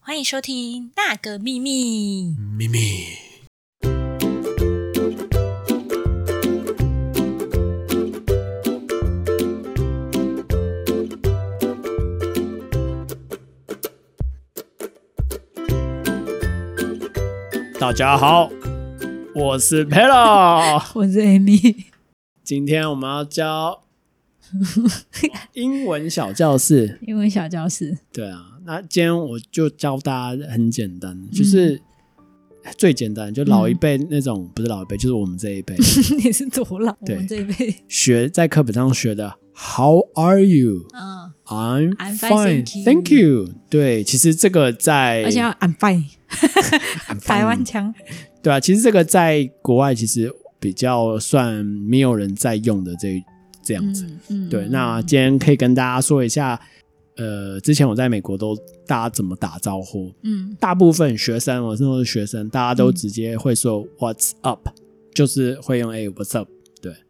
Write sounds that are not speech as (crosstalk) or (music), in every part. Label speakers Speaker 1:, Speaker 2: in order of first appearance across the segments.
Speaker 1: 欢迎收听《那个秘密》。
Speaker 2: 咪咪，大家好，我是 Pelo。
Speaker 1: 我是 Amy，
Speaker 2: 今天我们要教英文小教室。
Speaker 1: 英文小教室。 (laughs)
Speaker 2: 对啊，那今天我就教大家很简单，
Speaker 1: 嗯
Speaker 2: 就是最简单，就老一辈那种，不是老一辈，就是我们这一辈
Speaker 1: 你是多老？我
Speaker 2: 对
Speaker 1: 们这一辈。
Speaker 2: 学在课本上学的。How are you?
Speaker 1: 嗯，
Speaker 2: I'm
Speaker 1: I'm fine, thank
Speaker 2: fine, thank you. 对，其实这个在
Speaker 1: 而且要 I'm fine，
Speaker 2: 哎 I'm fine
Speaker 1: 台湾腔。
Speaker 2: 对啊，其实这个在国外其实比较算没有人在用的这这样子。
Speaker 1: 嗯嗯
Speaker 2: 对，那今天可以跟大家说一下，呃，之前我在美国都大家怎么打招呼，
Speaker 1: 嗯
Speaker 2: 大部分学生，我那时候是学生，大家都直接会说 What's up，就是会用哎、What's up，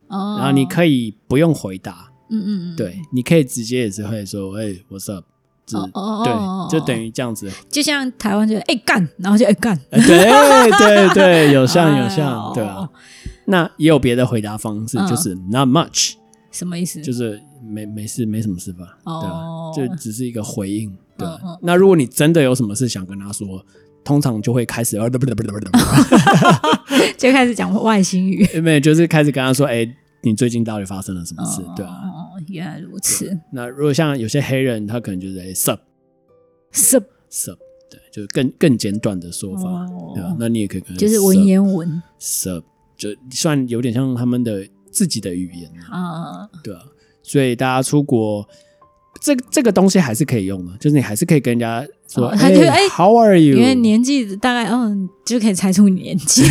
Speaker 1: 哦，
Speaker 2: 然后你可以不用回答，
Speaker 1: 嗯嗯嗯，
Speaker 2: 对，你可以直接也是会说哎、What's up，就是
Speaker 1: 哦哦哦哦
Speaker 2: 对，就等于这样子，
Speaker 1: 就像台湾就哎干，然后就哎干，
Speaker 2: 呃对对对，有像有
Speaker 1: 哦 (laughs)
Speaker 2: 像，对啊。那也有别的回答方式，
Speaker 1: 嗯
Speaker 2: 就是 Not much，
Speaker 1: 什么意思？
Speaker 2: 就是没没事，没什么事吧，对啊，
Speaker 1: 哦，
Speaker 2: 就只是一个回应，对啊
Speaker 1: 嗯嗯。
Speaker 2: 那如果你真的有什么事想跟他说，通常就会开始 (laughs) 呃不不不不不。
Speaker 1: 就开始讲外星语。
Speaker 2: 因为就是开始跟他说，哎、你最近到底发生了什么事？
Speaker 1: 哦
Speaker 2: 对啊。
Speaker 1: 哦，原来如此。
Speaker 2: 那如果像有些黑人，他可能就是哎、sub
Speaker 1: 是
Speaker 2: sub，对，就是更更简短的说法，
Speaker 1: 哦
Speaker 2: 对啊。那你也可以跟
Speaker 1: 就是文言文
Speaker 2: sub，就算有点像他们的自己的语言啊，
Speaker 1: 啊，
Speaker 2: 对啊。所以大家出国，这这个东西还是可以用的，就是你还是可以跟人家说，
Speaker 1: 哦他就
Speaker 2: 哎
Speaker 1: 哎
Speaker 2: ，How are you？
Speaker 1: 因为年纪大概嗯，就可以猜出你年纪。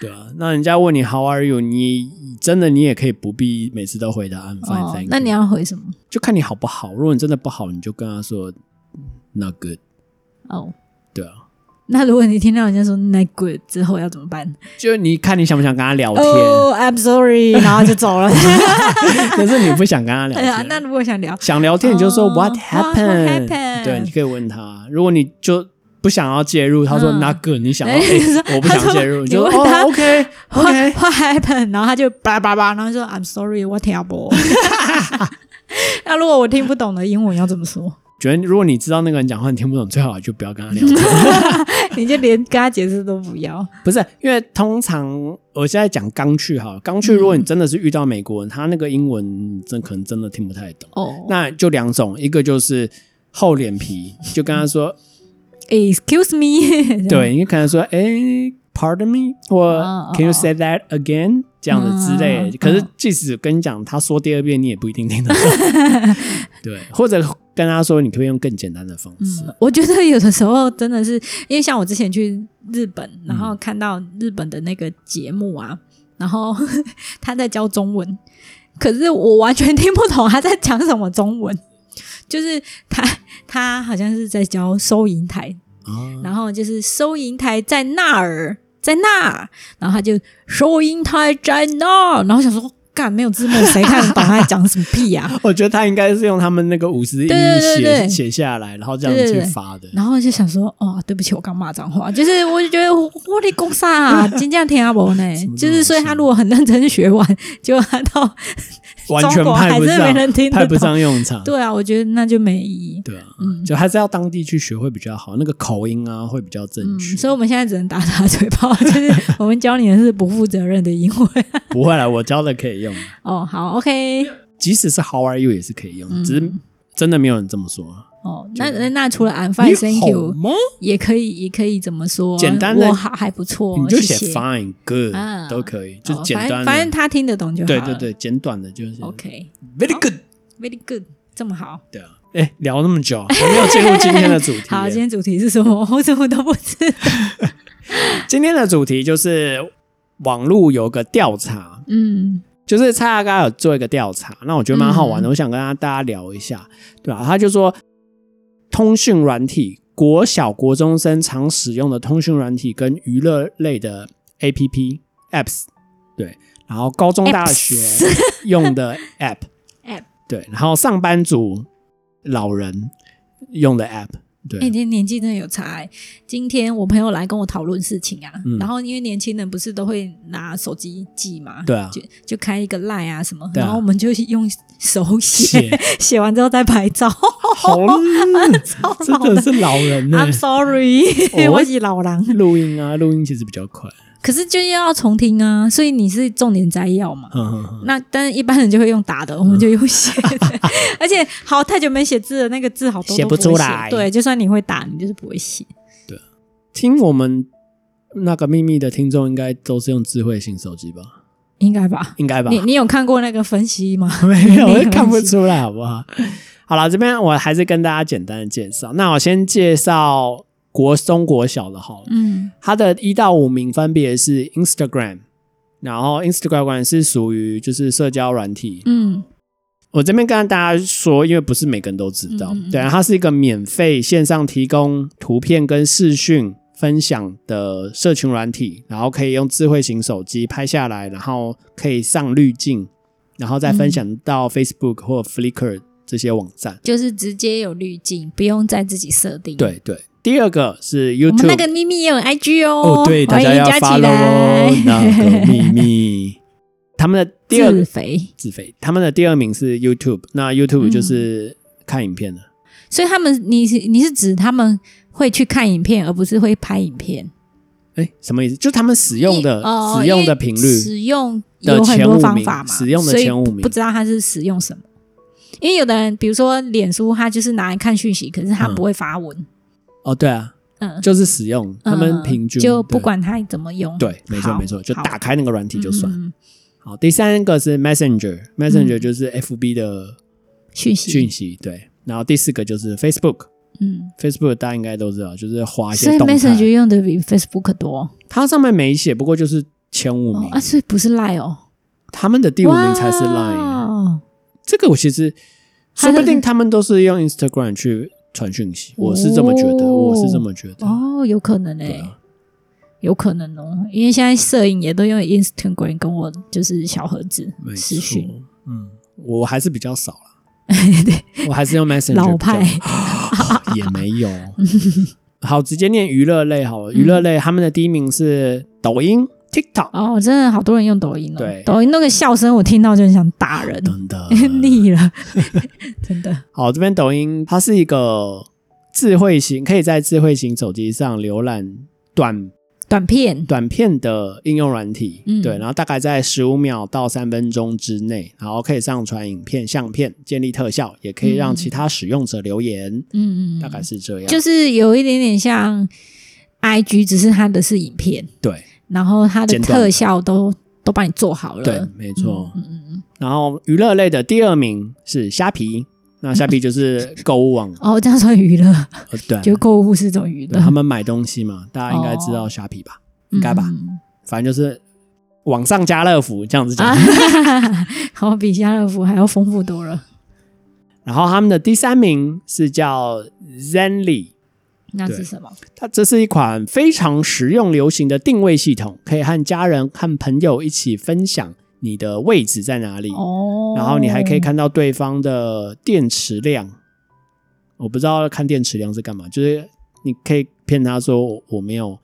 Speaker 2: 对啊。那人家问你 How are you，你真的你也可以不必每次都回答 I'm fine，、
Speaker 1: 哦
Speaker 2: thank，you。
Speaker 1: 那你要回什么？
Speaker 2: 就看你好不好。如果你真的不好，你就跟他说嗯 not good，
Speaker 1: 哦，
Speaker 2: 对啊，
Speaker 1: (laughs) 那如果你听到人家说 “not good” 之后要怎么办？
Speaker 2: 就你看你想不想跟他聊天，
Speaker 1: 哦、i m sorry，然 (laughs) 后就走了。
Speaker 2: (laughs) 但是你不想跟他聊
Speaker 1: 对啊，
Speaker 2: 天。
Speaker 1: 那如果想聊，
Speaker 2: 想聊天你就说
Speaker 1: 哦
Speaker 2: What
Speaker 1: what
Speaker 2: happened？
Speaker 1: happened？
Speaker 2: 对，你可以问他。如果你就不想要介入，他说
Speaker 1: 嗯
Speaker 2: Not good，你想
Speaker 1: (laughs)
Speaker 2: 要
Speaker 1: 哎
Speaker 2: 哎
Speaker 1: 你说
Speaker 2: 我不
Speaker 1: 他
Speaker 2: 想
Speaker 1: 说
Speaker 2: 介入，
Speaker 1: 你
Speaker 2: 你就
Speaker 1: 问
Speaker 2: 哦
Speaker 1: 他
Speaker 2: OK
Speaker 1: What
Speaker 2: OK，
Speaker 1: What happened？然后他就叭叭叭，然后就说 I'm sorry，我听不。 (laughs) 那如果我听不懂的英文要怎么说？ (laughs)
Speaker 2: 觉得如果你知道那个人讲话你听不懂，最好就不要跟他聊天。
Speaker 1: (laughs) 你就连跟他解释都不要。
Speaker 2: 不是，因为通常我现在讲刚去好了，刚去如果你真的是遇到美国人，他那个英文真可能真的听不太懂。
Speaker 1: 哦、
Speaker 2: 那就两种，一个就是厚脸皮，就跟他说，
Speaker 1: e x c u s e me，，
Speaker 2: 对，你可能说，哎，Pardon me，或
Speaker 1: 哦哦
Speaker 2: Can you say that again？这样的之类
Speaker 1: 嗯
Speaker 2: 的。可是
Speaker 1: 嗯
Speaker 2: 即使跟你讲，他说第二遍，你也不一定听得
Speaker 1: (laughs)
Speaker 2: 懂。对，或者跟他说，你可不可以用更简单的方式？
Speaker 1: 嗯，我觉得有的时候真的是，因为像我之前去日本，然后看到日本的那个节目啊，然后 (laughs) 他在教中文，可是我完全听不懂他在讲什么中文，就是他他好像是在教收银台，
Speaker 2: 啊，
Speaker 1: 然后就是收银台在那儿，在那儿，然后他就收银台在那儿，然后想说。干没有字幕，谁看得懂他在讲什么屁啊呀、
Speaker 2: 啊我觉得他应该是用他们那个五十音
Speaker 1: 对对对对嗯
Speaker 2: 写写下来，然后这样去发的。
Speaker 1: 然后就想说，哦，对不起，我刚骂脏话，就是我就觉得我我的公啥、啊，真这样听阿伯呢
Speaker 2: 什么，
Speaker 1: 就是所以他如果很认真学完，结果他到
Speaker 2: 完全
Speaker 1: 中国
Speaker 2: 派
Speaker 1: 还
Speaker 2: 不
Speaker 1: 是没
Speaker 2: 上，
Speaker 1: 人听
Speaker 2: 派
Speaker 1: 得
Speaker 2: 不
Speaker 1: 懂。
Speaker 2: 上用场。
Speaker 1: 对啊，我觉得那就没意义。
Speaker 2: 对啊，
Speaker 1: 嗯
Speaker 2: 就还是要当地去学会比较好，那个口音啊会比较正
Speaker 1: 嗯，
Speaker 2: 确。
Speaker 1: 所以我们现在只能打打嘴炮，就是我们教你的是不负责任的英文。
Speaker 2: (laughs) 不会啦，我教的可以用。
Speaker 1: 哦，好，OK，
Speaker 2: 即使是 How are you 也是可以用，
Speaker 1: 嗯
Speaker 2: 只是真的没有人这么说。
Speaker 1: 哦，那那那除了 I'm fine, thank
Speaker 2: 你好
Speaker 1: you，
Speaker 2: 吗？
Speaker 1: 也可以也可以怎么说？
Speaker 2: 简单的
Speaker 1: 我还还不错，
Speaker 2: 你就
Speaker 1: 谢
Speaker 2: 写
Speaker 1: 哦谢
Speaker 2: Fine Good
Speaker 1: 啊
Speaker 2: 都可以，就
Speaker 1: 哦
Speaker 2: 简单
Speaker 1: 反正
Speaker 2: 的。
Speaker 1: 反正他听得懂就好
Speaker 2: 对
Speaker 1: 了。
Speaker 2: 对对，简短的就是
Speaker 1: ，OK。
Speaker 2: Very Good。
Speaker 1: Very good，这么好。
Speaker 2: 对啊，哎，聊那么久，还没有进入今天的主题耶。
Speaker 1: (laughs) 好，今天主题是什
Speaker 2: (laughs)
Speaker 1: 么？我怎么都不知道。
Speaker 2: 今天的主题就是网络有个调查，
Speaker 1: 嗯
Speaker 2: 就是蔡阿嘎有做一个调查，那我觉得蛮好玩的，我想跟大家聊一下，对吧、啊？他就说，通讯软体，国小国中生常使用的通讯软体跟娱乐类的 A P P apps，对，然后高中大学
Speaker 1: Apps
Speaker 2: 用的 (laughs) app
Speaker 1: ，App
Speaker 2: 对，然后上班族、老人用的 app，对，
Speaker 1: 那哎天年纪真的有差、欸。今天我朋友来跟我讨论事情啊，
Speaker 2: 嗯
Speaker 1: 然后因为年轻人不是都会拿手机记嘛，
Speaker 2: 对啊
Speaker 1: 就就开一个赖啊什么，
Speaker 2: 对啊
Speaker 1: 然后我们就用手写，(laughs)
Speaker 2: (laughs) 写
Speaker 1: 写完之后再拍照，
Speaker 2: 好
Speaker 1: (laughs)
Speaker 2: 冷， (laughs)
Speaker 1: 超
Speaker 2: 真
Speaker 1: 老
Speaker 2: 的是老人呢、
Speaker 1: I'm sorry，、(laughs)
Speaker 2: 哦
Speaker 1: 我是老
Speaker 2: (laughs)
Speaker 1: 狼。
Speaker 2: 录音啊，录音其实比较快，
Speaker 1: 可是就要重听啊，所以你是重点摘要嘛。
Speaker 2: 嗯嗯嗯，
Speaker 1: 那但是一般人就会用打的，我们就用写的，而且好太久没写字了，那个字好多都
Speaker 2: 写不
Speaker 1: 不
Speaker 2: 出
Speaker 1: 会
Speaker 2: 来
Speaker 1: 对，就算你会打，你就是不会写。
Speaker 2: 听我们那个秘密的听众应该都是用智慧型手机吧？
Speaker 1: 应该吧？
Speaker 2: 应该吧？
Speaker 1: 你你有看过那个分析吗？
Speaker 2: (laughs) 没有，
Speaker 1: 你
Speaker 2: 我
Speaker 1: 很
Speaker 2: 看不
Speaker 1: 喜
Speaker 2: 出来，好不好？ (laughs) 好了，这边我还是跟大家简单的介绍。那我先介绍国中国小的好了，
Speaker 1: 嗯
Speaker 2: 它的一到五名分别是 Instagram，然后 Instagram 是属于就是社交软体。
Speaker 1: 嗯
Speaker 2: 我这边跟大家说，因为不是每个人都知道，
Speaker 1: 嗯嗯嗯
Speaker 2: 对啊，它是一个免费线上提供图片跟视讯分享的社群软体，然后可以用智慧型手机拍下来，然后可以上滤镜，然后再分享到 Facebook 或 Flickr 这些网站。
Speaker 1: 就是直接有滤镜，不用再自己设定。，
Speaker 2: 对对，第二个是
Speaker 1: 我们
Speaker 2: YouTube，
Speaker 1: 那个秘密也有 IG 哦，
Speaker 2: 哦，对，大
Speaker 1: 欢
Speaker 2: 家
Speaker 1: 迎
Speaker 2: 要
Speaker 1: 加起
Speaker 2: follow
Speaker 1: 来
Speaker 2: 哦。，那个秘密。他们的第二
Speaker 1: 自肥，
Speaker 2: 自肥，他们的第二名是 YouTube，那
Speaker 1: 嗯
Speaker 2: YouTube 就是看影片的。
Speaker 1: 所以他们，你是你是指他们会去看影片，而不是会拍影片？
Speaker 2: 哎，什么意思？就他们使用的、
Speaker 1: 哦
Speaker 2: 使用的频
Speaker 1: 因为
Speaker 2: 率，
Speaker 1: 使用
Speaker 2: 的
Speaker 1: 有很
Speaker 2: 前
Speaker 1: 多
Speaker 2: 五
Speaker 1: 方
Speaker 2: 名
Speaker 1: 法嘛，
Speaker 2: 使用的
Speaker 1: 所以
Speaker 2: 前五名
Speaker 1: 不知道他是使用什么。因为有的人，比如说脸书，他就是拿来看讯息，可是他
Speaker 2: 嗯
Speaker 1: 不会发文，
Speaker 2: 哦，对啊，
Speaker 1: 嗯，
Speaker 2: 就是使用，他们平均、
Speaker 1: 嗯就不
Speaker 2: 对
Speaker 1: 管他怎么用，
Speaker 2: 对，没错
Speaker 1: 好
Speaker 2: 没错，就
Speaker 1: 好
Speaker 2: 打开那个软体
Speaker 1: 嗯，
Speaker 2: 就算。
Speaker 1: 嗯嗯
Speaker 2: 好，第三个是 Messenger，Messenger 就是 FB 的
Speaker 1: 讯息
Speaker 2: 讯息，对。然后第四个就是 Facebook，Facebook
Speaker 1: 嗯，
Speaker 2: 大家应该都知道，就是划一
Speaker 1: 所
Speaker 2: 些
Speaker 1: 以
Speaker 2: 动
Speaker 1: Messenger
Speaker 2: 态。
Speaker 1: 用的比 Facebook 多
Speaker 2: 它上面没写，不过就是前五
Speaker 1: 哦
Speaker 2: 名，
Speaker 1: 啊，所以不是 Line 哦，
Speaker 2: 他们的第五名才是 Line。
Speaker 1: 哦，
Speaker 2: 这个我其实
Speaker 1: 它
Speaker 2: 说
Speaker 1: 的
Speaker 2: 不定他们都是用 Instagram 去传讯息，我是这么觉得，
Speaker 1: 哦
Speaker 2: 我是这么觉得。
Speaker 1: 哦，有可能
Speaker 2: 对
Speaker 1: 诶、
Speaker 2: 啊，
Speaker 1: 有可能哦，因为现在摄影也都用 Instagram 跟我就是小盒子
Speaker 2: 没
Speaker 1: 私
Speaker 2: 错
Speaker 1: 讯，。
Speaker 2: 嗯，我还是比较少了，
Speaker 1: (laughs) 对，
Speaker 2: 我还是用 Messenger
Speaker 1: 老派
Speaker 2: 比较好 (laughs) 也没
Speaker 1: (laughs)
Speaker 2: 有。好，直接念娱乐类好
Speaker 1: 嗯
Speaker 2: 了。娱乐类他们的第一名是抖音 TikTok，
Speaker 1: 哦，真的好多人用抖音哦，
Speaker 2: 对
Speaker 1: 抖音那个笑声我听到就很想打
Speaker 2: (laughs)
Speaker 1: 人，
Speaker 2: 真的
Speaker 1: 腻
Speaker 2: (laughs)
Speaker 1: 了，真的，
Speaker 2: 好，这边抖音它是一个智慧型，可以在智慧型手机上浏览短
Speaker 1: 短片，
Speaker 2: 短片的应用软体，
Speaker 1: 嗯
Speaker 2: 对，然后大概在十五秒到三分钟之内，然后可以上传影片、相片，建立特效，也可以让
Speaker 1: 嗯
Speaker 2: 其他使用者留言，
Speaker 1: 嗯嗯，
Speaker 2: 大概是这样。
Speaker 1: 就是有一点点像 IG，只是它的是影片，
Speaker 2: 对
Speaker 1: 然后它的
Speaker 2: 简短
Speaker 1: 特效都都帮你做好了，
Speaker 2: 对，没错。
Speaker 1: 嗯嗯嗯，，
Speaker 2: 呃然后娱乐类的第二名是虾皮，那虾皮就是购物网
Speaker 1: 哦，这样算娱乐，
Speaker 2: 呃对啊，
Speaker 1: 就购物是种娱乐嗯
Speaker 2: 对，他们买东西嘛，大家应该知道虾皮吧？应该吧？
Speaker 1: 嗯嗯嗯
Speaker 2: 反正就是网上家乐福这样子讲
Speaker 1: 啊。， (laughs) 好比家乐福还要丰富多了。
Speaker 2: 然后他们的第三名是叫 Zenly。
Speaker 1: 那
Speaker 2: 对
Speaker 1: 是什么？
Speaker 2: 它这是一款非常实用流行的定位系统，可以和家人、和朋友一起分享你的位置在哪里，
Speaker 1: 哦，
Speaker 2: 然后你还可以看到对方的电池量。我不知道看电池量是干嘛，就是你可以骗他说我我没有，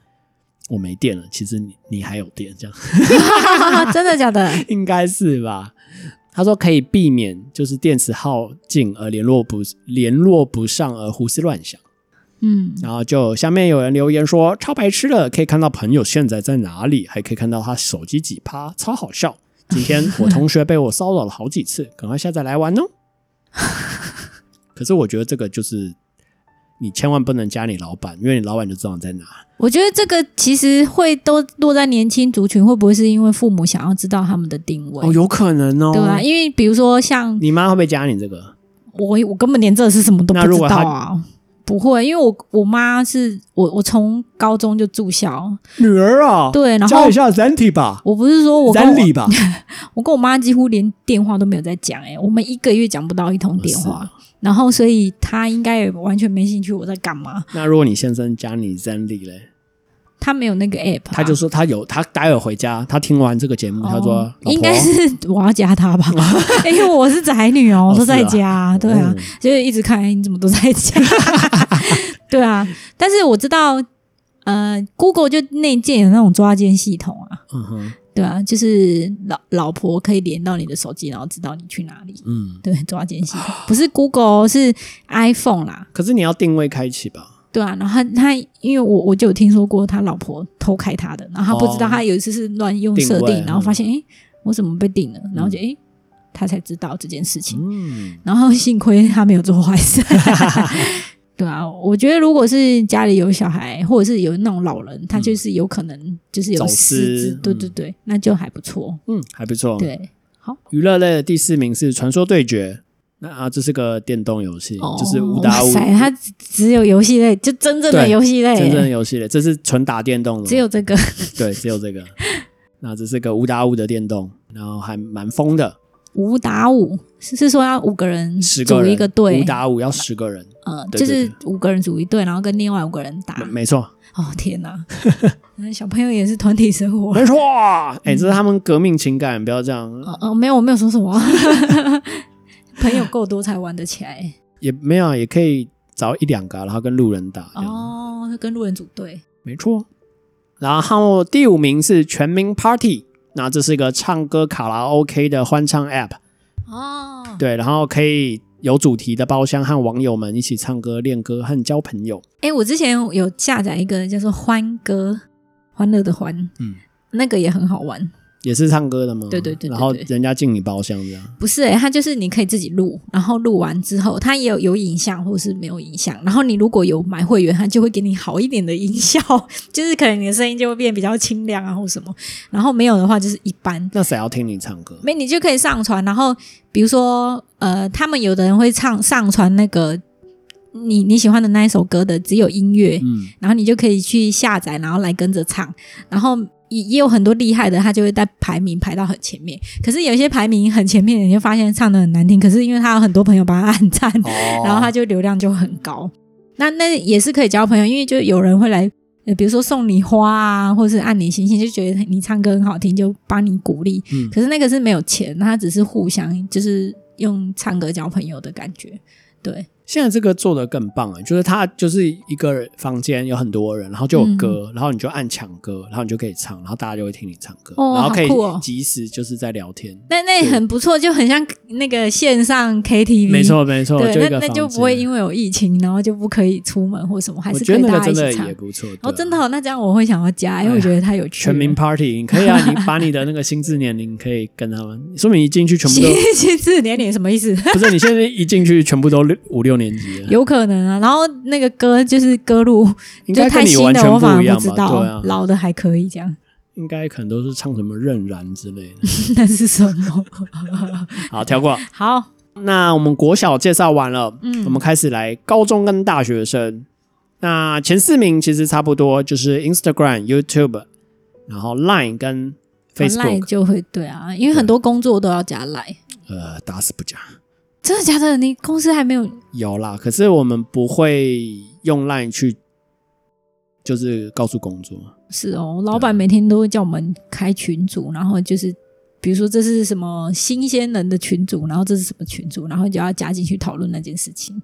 Speaker 2: 我没电了，其实你你还有电，这样
Speaker 1: (laughs)
Speaker 2: (laughs)
Speaker 1: 真的假的？
Speaker 2: 应该是吧？他说可以避免就是电池耗尽而联络不联络不上而胡思乱想。
Speaker 1: 嗯，
Speaker 2: 然后就下面有人留言说超白痴了，可以看到朋友现在在哪里，还可以看到他手机几趴，超好笑。今天我同学被我骚扰了好几次，赶快下载来玩
Speaker 1: (laughs)
Speaker 2: 哦。可是我觉得这个就是你千万不能加你老板，因为你老板就知道你在哪。
Speaker 1: 我觉得这个其实会都落在年轻族群，会不会是因为父母想要知道他们的定位？
Speaker 2: 哦，有可能哦。
Speaker 1: 对啊，因为比如说像
Speaker 2: 你妈会不会加你这个？
Speaker 1: 我，我根本连这是什么都不
Speaker 2: 那如
Speaker 1: 知
Speaker 2: 果
Speaker 1: 道
Speaker 2: 他
Speaker 1: 啊。不会，因为我我妈是我我从高中就住校，
Speaker 2: 女儿啊，
Speaker 1: 对，然
Speaker 2: 加
Speaker 1: 后
Speaker 2: 一下 Zenty 吧
Speaker 1: 我不是说我跟我
Speaker 2: ，Zenly
Speaker 1: (laughs)
Speaker 2: 吧，
Speaker 1: 我跟我妈几乎连电话都没有在讲，哎，我们一个月讲不到一通电
Speaker 2: 是
Speaker 1: 话，
Speaker 2: 啊
Speaker 1: 然后所以她应该也完全没兴趣我在干嘛，
Speaker 2: 那如果你先生加你 Zenly 嘞，
Speaker 1: 他没有那个 app，、啊、
Speaker 2: 他就说他有，他待会回家，他听完这个节目，他说
Speaker 1: 哦应该是 (laughs) 我要加他吧，因为我是宅女哦，我都在家、对啊，，
Speaker 2: 老婆嗯
Speaker 1: 就是一直看，哎你怎么都在家？ (laughs) 对啊，但是我知道，呃，Google 就内建有那种抓奸系统啊，
Speaker 2: 嗯哼，
Speaker 1: 对啊，就是老老婆可以连到你的手机，然后知道你去哪里。
Speaker 2: 嗯，
Speaker 1: 对，抓奸系统不是 Google 哦是 iPhone 啦，
Speaker 2: 可是你要定位开启吧？
Speaker 1: 对啊。然后他他因为我我就有听说过他老婆偷开他的，然后他不知道
Speaker 2: 哦
Speaker 1: 他有一次是乱用
Speaker 2: 定
Speaker 1: 设
Speaker 2: 位嗯
Speaker 1: 定，然后发现诶我怎么被定了，然后就诶他才知道这件事情。
Speaker 2: 嗯，
Speaker 1: 然后幸亏他没有做坏
Speaker 2: (laughs)
Speaker 1: 事。对啊，我觉得如果是家里有小孩，或者是有那种老人，他就是有可能就是有
Speaker 2: 走
Speaker 1: 失
Speaker 2: 失
Speaker 1: 智，对对
Speaker 2: 嗯
Speaker 1: 对，那就还不错。
Speaker 2: 嗯，还不错。
Speaker 1: 对，好，
Speaker 2: 娱乐类的第四名是《传说对决》，那啊，这是个电动游戏，
Speaker 1: 哦
Speaker 2: 就是五打
Speaker 1: 哇
Speaker 2: 五，
Speaker 1: 塞，他只有游戏类，就真正的
Speaker 2: 对
Speaker 1: 游戏类，
Speaker 2: 真正的游戏类，这是纯打电动的，
Speaker 1: 只有这个。
Speaker 2: 对，只有
Speaker 1: (laughs)
Speaker 2: 这个。那这是个五打五的电动，然后还蛮疯的，
Speaker 1: 五打五是是说要五个人
Speaker 2: 十个
Speaker 1: 组
Speaker 2: 人
Speaker 1: 一个队，
Speaker 2: 五打五要十个人，
Speaker 1: 呃，
Speaker 2: 对
Speaker 1: 就
Speaker 2: 对嗯
Speaker 1: 是五个人组一队，然后跟另外五个人打
Speaker 2: 没。没错，
Speaker 1: 哦天哪，嗯小朋友也是团体生活，
Speaker 2: 没错。哎，这是他们革命情感，不要这样，
Speaker 1: 哦哦，没有，我没有说什么。 (laughs) 朋友够多才玩得起来
Speaker 2: 也没有啊，也可以找一两个啊，然后跟路人打，这样
Speaker 1: 哦，跟路人组队
Speaker 2: 没错。然后第五名是全民 Party，那这是一个唱歌卡拉 OK 的欢唱 App，
Speaker 1: 哦。
Speaker 2: 对，然后可以有主题的包厢和网友们一起唱歌、练歌和交朋友。
Speaker 1: 哎，我之前有下载一个叫做“欢歌”，欢乐的欢，
Speaker 2: 嗯，
Speaker 1: 那个也很好玩。
Speaker 2: 也是唱歌的吗？
Speaker 1: 对对对对
Speaker 2: 然后
Speaker 1: 对
Speaker 2: 人家进你包厢这样。
Speaker 1: 不是哎、它就是你可以自己录，然后录完之后，它也有有影像或是没有影像。然后你如果有买会员，它就会给你好一点的音效，就是可能你的声音就会变比较清亮啊或什么。然后没有的话就是一般。
Speaker 2: 那谁要听你唱歌？
Speaker 1: 没，你就可以上传。然后比如说，呃，他们有的人会唱上传那个你你喜欢的那一首歌的只有音乐，
Speaker 2: 嗯，
Speaker 1: 然后你就可以去下载，然后来跟着唱。然后也也有很多厉害的，他就会在排名排到很前面。可是有一些排名很前面，你就发现唱的很难听。可是因为他有很多朋友帮他按赞，
Speaker 2: 哦，
Speaker 1: (laughs) 然后他就流量就很高。那那也是可以交朋友，因为就有人会来，呃，比如说送你花啊，或者是按你星星，就觉得你唱歌很好听，就帮你鼓励。
Speaker 2: 嗯
Speaker 1: 可是那个是没有钱，他只是互相就是用唱歌交朋友的感觉。对，
Speaker 2: 现在这个做的更棒了，欸就是它就是一个房间有很多人，然后就有歌，
Speaker 1: 嗯
Speaker 2: 然后你就按抢歌，然后你就可以唱，然后大家就会听你唱歌，
Speaker 1: 哦
Speaker 2: 然后可以
Speaker 1: 好酷哦
Speaker 2: 及时就是在聊天。
Speaker 1: 那那也很不错，就很像那个线上 KTV。
Speaker 2: 没。错没错，就一
Speaker 1: 嗯对，那
Speaker 2: 个
Speaker 1: 那
Speaker 2: 房
Speaker 1: 就
Speaker 2: 间
Speaker 1: 不会因为有疫情，然后就不可以出门或什么，还
Speaker 2: 我
Speaker 1: 是
Speaker 2: 觉
Speaker 1: 可
Speaker 2: 得
Speaker 1: 以
Speaker 2: 那
Speaker 1: 大家
Speaker 2: 个
Speaker 1: 一
Speaker 2: 真的
Speaker 1: 起唱。
Speaker 2: 也不错。对
Speaker 1: 哦，
Speaker 2: 啊
Speaker 1: 真的、哦，嗯那这样我会想要加，因为我觉得它有趣了。
Speaker 2: 全民 Party，你可以啊，你把你的那个心智年龄可以跟他们，说明一进去全
Speaker 1: (laughs)
Speaker 2: 部都
Speaker 1: 新新字年龄什么意思？
Speaker 2: 不是，你现在一进去全部都六五六年级了，
Speaker 1: (laughs) 有可能啊。然后那个歌就是歌路，
Speaker 2: 应
Speaker 1: 就
Speaker 2: 该
Speaker 1: 太
Speaker 2: 跟你
Speaker 1: 新
Speaker 2: 完
Speaker 1: 的
Speaker 2: 全
Speaker 1: 我反
Speaker 2: 不一
Speaker 1: 而
Speaker 2: 样
Speaker 1: 不知
Speaker 2: 吧？
Speaker 1: 道，
Speaker 2: 对啊，
Speaker 1: 老的还可以这样。
Speaker 2: 应该可能都是唱什么任然之类的。
Speaker 1: 那是什么？
Speaker 2: 好，跳过。
Speaker 1: 好，
Speaker 2: 那我们国小介绍完了，
Speaker 1: 嗯
Speaker 2: 我们开始来高中跟大学生。那前四名其实差不多，就是 Instagram、YouTube，然后 Line 跟
Speaker 1: 赖
Speaker 2: Facebook，
Speaker 1: 哦就会对啊，因为很多工作都要加赖。
Speaker 2: 呃，打死不加。
Speaker 1: 真的假的？你公司还没有？
Speaker 2: 有啦，可是我们不会用 Line 去，就是告诉工作。
Speaker 1: 是哦，
Speaker 2: 啊
Speaker 1: 老板每天都会叫我们开群组，然后就是。比如说这是什么新鲜人的群组，然后这是什么群组，然后就要加进去讨论那件事情。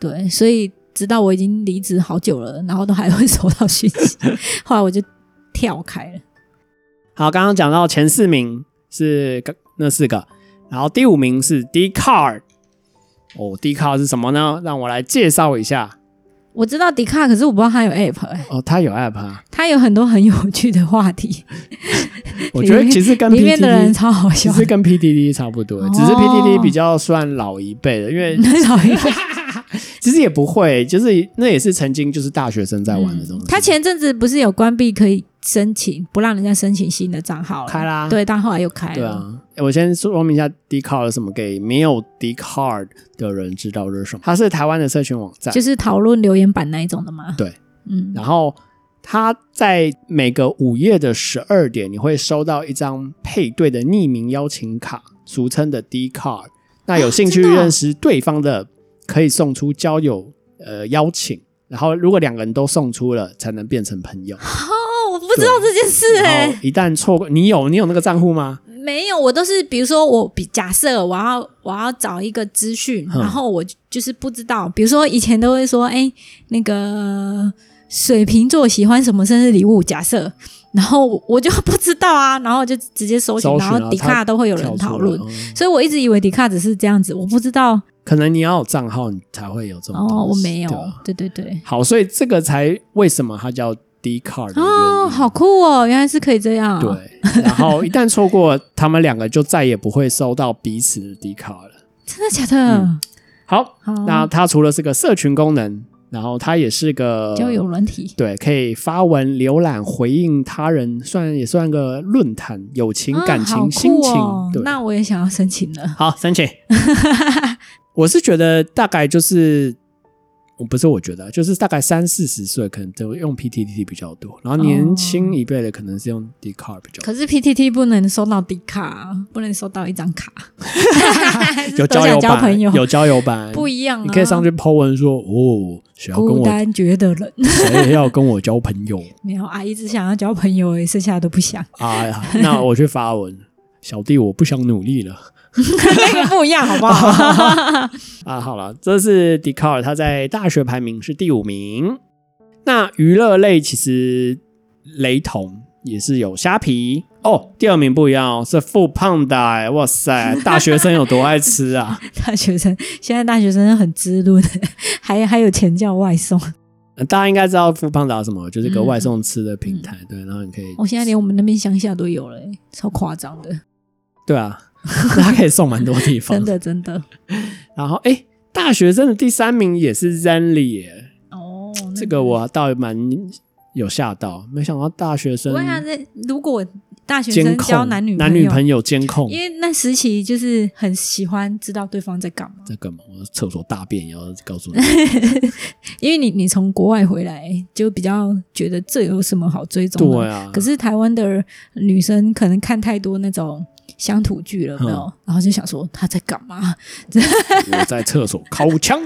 Speaker 1: 对，所以直到我已经离职好久了，然后都还会收到讯
Speaker 2: (laughs)
Speaker 1: 息，后来我就跳开了。
Speaker 2: 好，刚刚讲到前四名是个那四个，然后第五名是 D Card。哦，D Card 是什么呢？让我来介绍一下。
Speaker 1: 我知道迪卡，可是我不知道它有 app，、欸、
Speaker 2: 哦，它有 App 啊，
Speaker 1: 它有很多很有趣的话题，
Speaker 2: 我觉得其实跟
Speaker 1: 里面的人
Speaker 2: PTT
Speaker 1: 超好
Speaker 2: 其
Speaker 1: 笑的。
Speaker 2: 实跟 PTT 差不多，
Speaker 1: 哦
Speaker 2: 只是 PTT 比较算老一辈的，
Speaker 1: (laughs)
Speaker 2: 因为
Speaker 1: 老一辈
Speaker 2: 其实也不会，就是那也是曾经就是大学生在玩的东西。
Speaker 1: 嗯他前阵子不是有关闭可以申请，不让人家申请新的账号了
Speaker 2: 开啦
Speaker 1: 对，但后来又开了。
Speaker 2: 对啊，诶我先说明一下 D Card 是什么，给没有 D Card 的人知道这是什么。它是台湾的社群网站，
Speaker 1: 就是讨论留言板那一种的嘛。
Speaker 2: 对，
Speaker 1: 嗯，
Speaker 2: 然后他在每个午夜的十二点，你会收到一张配对的匿名邀请卡，俗称的 D card。那有兴趣
Speaker 1: 真的哦
Speaker 2: 认识对方的，可以送
Speaker 1: (laughs)
Speaker 2: 出交友呃邀请。然后，如果两个人都送出了，才能变成朋友。
Speaker 1: 好不知道这件事哎、
Speaker 2: 然后一旦错过，你有你有那个账户吗？
Speaker 1: 没有，我都是比如说我比假设我要我要找一个资讯，
Speaker 2: 嗯
Speaker 1: 然后我就就是不知道，比如说以前都会说，哎，那个水瓶座喜欢什么生日礼物？假设，然后我我就不知道啊，然后我就直接
Speaker 2: (laughs)
Speaker 1: 搜寻，
Speaker 2: 搜寻
Speaker 1: 然
Speaker 2: 啊
Speaker 1: 后迪卡都会有人讨论
Speaker 2: 跳，出来哦
Speaker 1: 所以我一直以为迪卡只是这样子，我不知道
Speaker 2: 可能你要有账号，你才会有这种东西。
Speaker 1: 哦，我没有
Speaker 2: 对啊吧，
Speaker 1: 对对对，
Speaker 2: 好，所以这个才为什么它叫 D card 的原因
Speaker 1: 哦，好啊酷哦，原来是可以这样，，
Speaker 2: 啊对，然后一旦错过，他们两个就再也不会收到彼此的 D card 了。
Speaker 1: 真的假的？
Speaker 2: 嗯好，
Speaker 1: 好，
Speaker 2: 那它除了是个社群功能，然后它也是个
Speaker 1: 交友软体，
Speaker 2: 对，可以发文、浏览、回应他人，算也算个论坛，友情、
Speaker 1: 嗯
Speaker 2: 感情、
Speaker 1: 好酷
Speaker 2: 心情
Speaker 1: 哦。
Speaker 2: 对，
Speaker 1: 那我也想要申请了。
Speaker 2: 好，
Speaker 1: (laughs)
Speaker 2: 申请。我是觉得大概就是，我不是我觉得，啊就是大概三四十岁可能都用 PTT 比较多，然后年轻一辈的可能是
Speaker 1: 哦
Speaker 2: 用 d c a r 比较多。
Speaker 1: 可是 PTT 不能收到底卡，啊不能收到一张卡，
Speaker 2: (laughs)
Speaker 1: 都
Speaker 2: 有交
Speaker 1: 想
Speaker 2: 友
Speaker 1: 交
Speaker 2: 版，
Speaker 1: 朋友
Speaker 2: 有交友版，
Speaker 1: 不一样、啊。
Speaker 2: 你可以上去 po 文说，哦，谁要跟
Speaker 1: 孤
Speaker 2: 我，
Speaker 1: 单绝的人，
Speaker 2: 谁要跟我交朋友
Speaker 1: 没有阿姨只想要交朋友而已，剩下的都不 (laughs) 想，
Speaker 2: 啊？那我去发文，小弟我不想努力了。
Speaker 1: (laughs)
Speaker 2: (laughs)
Speaker 1: 那个不一样，好不 (laughs) 好？
Speaker 2: 啊，好了，这是笛卡尔，他在大学排名是第五名。那娱乐类其实雷同，也是有虾皮哦。第二名不一样哦，是富胖的、哎哇塞，大学生有多爱吃啊！ (laughs)
Speaker 1: 大学生现在大学生很滋润， (laughs) 还还有钱叫外送。
Speaker 2: 呃大家应该知道富胖达什么，就是
Speaker 1: 嗯
Speaker 2: 个外送吃的平台，对，然后你可以，
Speaker 1: 我、哦现在连我们那边乡下都有了、欸超夸张的，
Speaker 2: 对啊，它可以送蛮多地方
Speaker 1: 真。的真的。
Speaker 2: 然后，哎，大学生的第三名也是 Zenly，耶
Speaker 1: 哦，那
Speaker 2: 这个我倒蛮有吓到，没想到大学生
Speaker 1: 我想在啊如果大学
Speaker 2: 监
Speaker 1: 生
Speaker 2: 控
Speaker 1: 交男女
Speaker 2: 男女朋友监控
Speaker 1: 因为那时期就是很喜欢知道对方在干嘛，
Speaker 2: 这个嘛，我厕所大便也要告
Speaker 1: (laughs)
Speaker 2: 诉你。
Speaker 1: 因为你你从国外回来就比较觉得这有什么好追踪的。
Speaker 2: 对啊，
Speaker 1: 可是台湾的女生可能看太多那种乡土剧了，有没有，
Speaker 2: 嗯
Speaker 1: 然后就想说她在干嘛， (laughs)
Speaker 2: 我在厕所烤枪，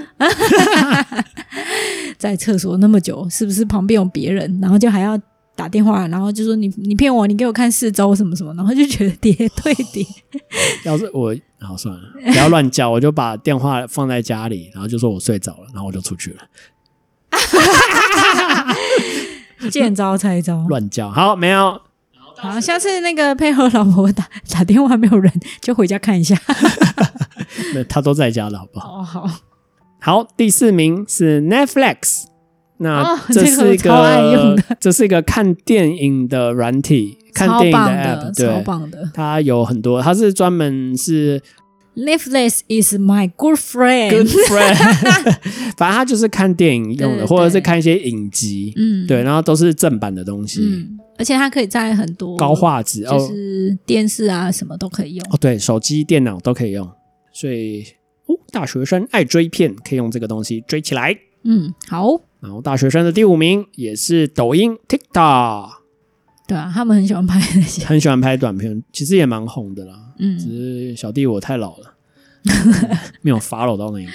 Speaker 2: (laughs)
Speaker 1: 在厕所那么久，是不是旁边有别人？然后就还要打电话，然后就说你你骗我，你给我看四周什么什么，然后就觉得 (laughs) 叠对叠，
Speaker 2: 要是我好算了，不要乱叫，我就把电话放在家里，然后就说我睡着了，然后我就出去
Speaker 1: 哦
Speaker 2: 了，
Speaker 1: 见招拆招。
Speaker 2: 乱叫。好，没有，
Speaker 1: 好，下次那个配合老婆打打电话没有人，就回家看一下。
Speaker 2: 那他都在家了，好不
Speaker 1: (laughs)
Speaker 2: 好？
Speaker 1: 哦，好。
Speaker 2: 好，第四名是 Netflix。那
Speaker 1: 哦
Speaker 2: 这
Speaker 1: 这个
Speaker 2: 是一
Speaker 1: 我超爱用
Speaker 2: 个，这是一个看电影的软体，看
Speaker 1: 超
Speaker 2: 电影
Speaker 1: 棒
Speaker 2: app，
Speaker 1: 超
Speaker 2: 对，
Speaker 1: 棒的。
Speaker 2: 它有很多，它是专门是
Speaker 1: Netflix is my good
Speaker 2: Good
Speaker 1: (laughs) friend。
Speaker 2: friend，反正
Speaker 1: (laughs)
Speaker 2: 他就是看电影用
Speaker 1: 对
Speaker 2: 的，或者是
Speaker 1: 对
Speaker 2: 看一些影集，
Speaker 1: 嗯，
Speaker 2: 对，，然后都是正版的东西，
Speaker 1: 嗯，而且它可以在很多
Speaker 2: 高，画质
Speaker 1: 就
Speaker 2: 哦
Speaker 1: 是电视啊什么都可以用。
Speaker 2: 哦，对，手机、电脑都可以用，所以哦，大学生爱追片可以用这个东西追起来。
Speaker 1: 嗯，好，
Speaker 2: 然后大学生的第五名也是抖音 TikTok，
Speaker 1: 对啊，他们很喜欢拍那些。
Speaker 2: 很喜欢拍短片，其实也蛮红的啦，
Speaker 1: 嗯，
Speaker 2: 只是小弟我太老了，没有 follow 到那一块。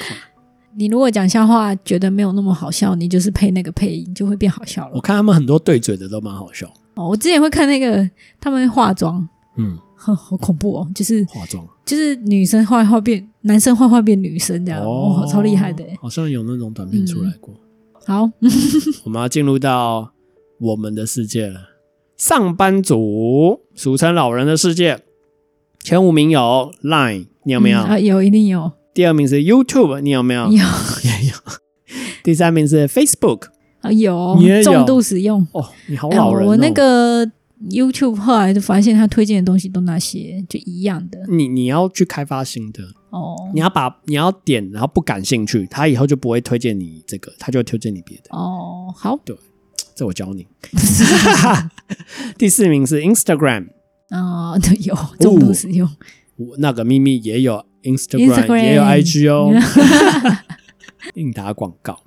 Speaker 1: 你如果讲笑话觉得没有那么好笑，你就是配那个配音就会变好笑
Speaker 2: 我
Speaker 1: 了。
Speaker 2: 看他们很多对嘴的都蛮好笑，
Speaker 1: 哦，我之前会看那个他们化妆，
Speaker 2: 嗯，
Speaker 1: 呵好恐怖哦，就是
Speaker 2: 化妆。
Speaker 1: 就是女生画一画变男生画一画变女生这样，哦，超厉害的。嗯
Speaker 2: 好像有那种短片出来过。
Speaker 1: 好，
Speaker 2: 我们要进入到我们的世界了，上班族，俗称老人的世界。前五名有 Line，你有没有？啊
Speaker 1: 嗯啊，有一定有
Speaker 2: 第二名是 YouTube，你有没有？
Speaker 1: 有。 (laughs)
Speaker 2: 也有。 (laughs) 第三名是 Facebook，
Speaker 1: 啊，有
Speaker 2: 你也有
Speaker 1: 重度使用。
Speaker 2: 哦，你好
Speaker 1: 哎
Speaker 2: 老人、哦
Speaker 1: 我那，个 YouTube 后来就发现他推荐的东西都那些，就一样的
Speaker 2: 你你要去开发新的，
Speaker 1: 哦。
Speaker 2: 你要把你要点，然后不感兴趣，他以后就不会推荐你这个，他就会推荐你别的。
Speaker 1: 哦，好， (laughs)
Speaker 2: 这我教你。第四名是 Instagram，
Speaker 1: 啊、对，有
Speaker 2: 哦
Speaker 1: 重度使用，
Speaker 2: 我那个秘密也有 Instagram，,
Speaker 1: Instagram
Speaker 2: 也有 IG 哦，硬打广告。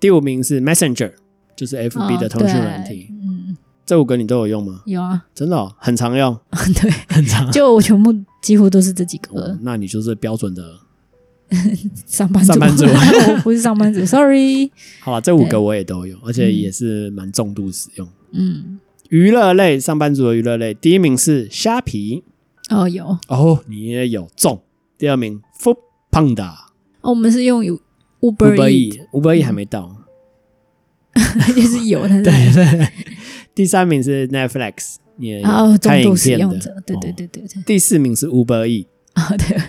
Speaker 2: 第五名是 Messenger，就是 FB 的通讯软体。
Speaker 1: 哦对 (laughs) 嗯，
Speaker 2: 这五个你都有用吗？
Speaker 1: 有啊，
Speaker 2: 真的、哦、很常用，
Speaker 1: (laughs) 对，嗯
Speaker 2: 很
Speaker 1: (laughs)
Speaker 2: 常。
Speaker 1: 就我全部几乎都是这几
Speaker 2: 哦
Speaker 1: 个、
Speaker 2: 那你就是标准的。
Speaker 1: 上班族，
Speaker 2: 上班族
Speaker 1: (laughs) 我不是上班族，sorry。
Speaker 2: 好了，这五
Speaker 1: 对
Speaker 2: 个我也都有，而且也是蛮重度使用。
Speaker 1: 嗯，
Speaker 2: 娱乐类上班族的娱乐类，第一名是虾皮，
Speaker 1: 哦，有哦，
Speaker 2: 哦，你也有中。第二名 Food Panda，
Speaker 1: 我们是用 Uber
Speaker 2: 五
Speaker 1: Eats
Speaker 2: 百亿，五百亿还没到。
Speaker 1: (laughs) 也是有，但是
Speaker 2: 对对。第三名是 Netflix，你也有
Speaker 1: 哦，
Speaker 2: 看
Speaker 1: 中
Speaker 2: 影
Speaker 1: 度使
Speaker 2: 片
Speaker 1: 用
Speaker 2: 的
Speaker 1: 者，对对
Speaker 2: 哦
Speaker 1: 对对对，
Speaker 2: 第四名是 Uber E，
Speaker 1: 啊对，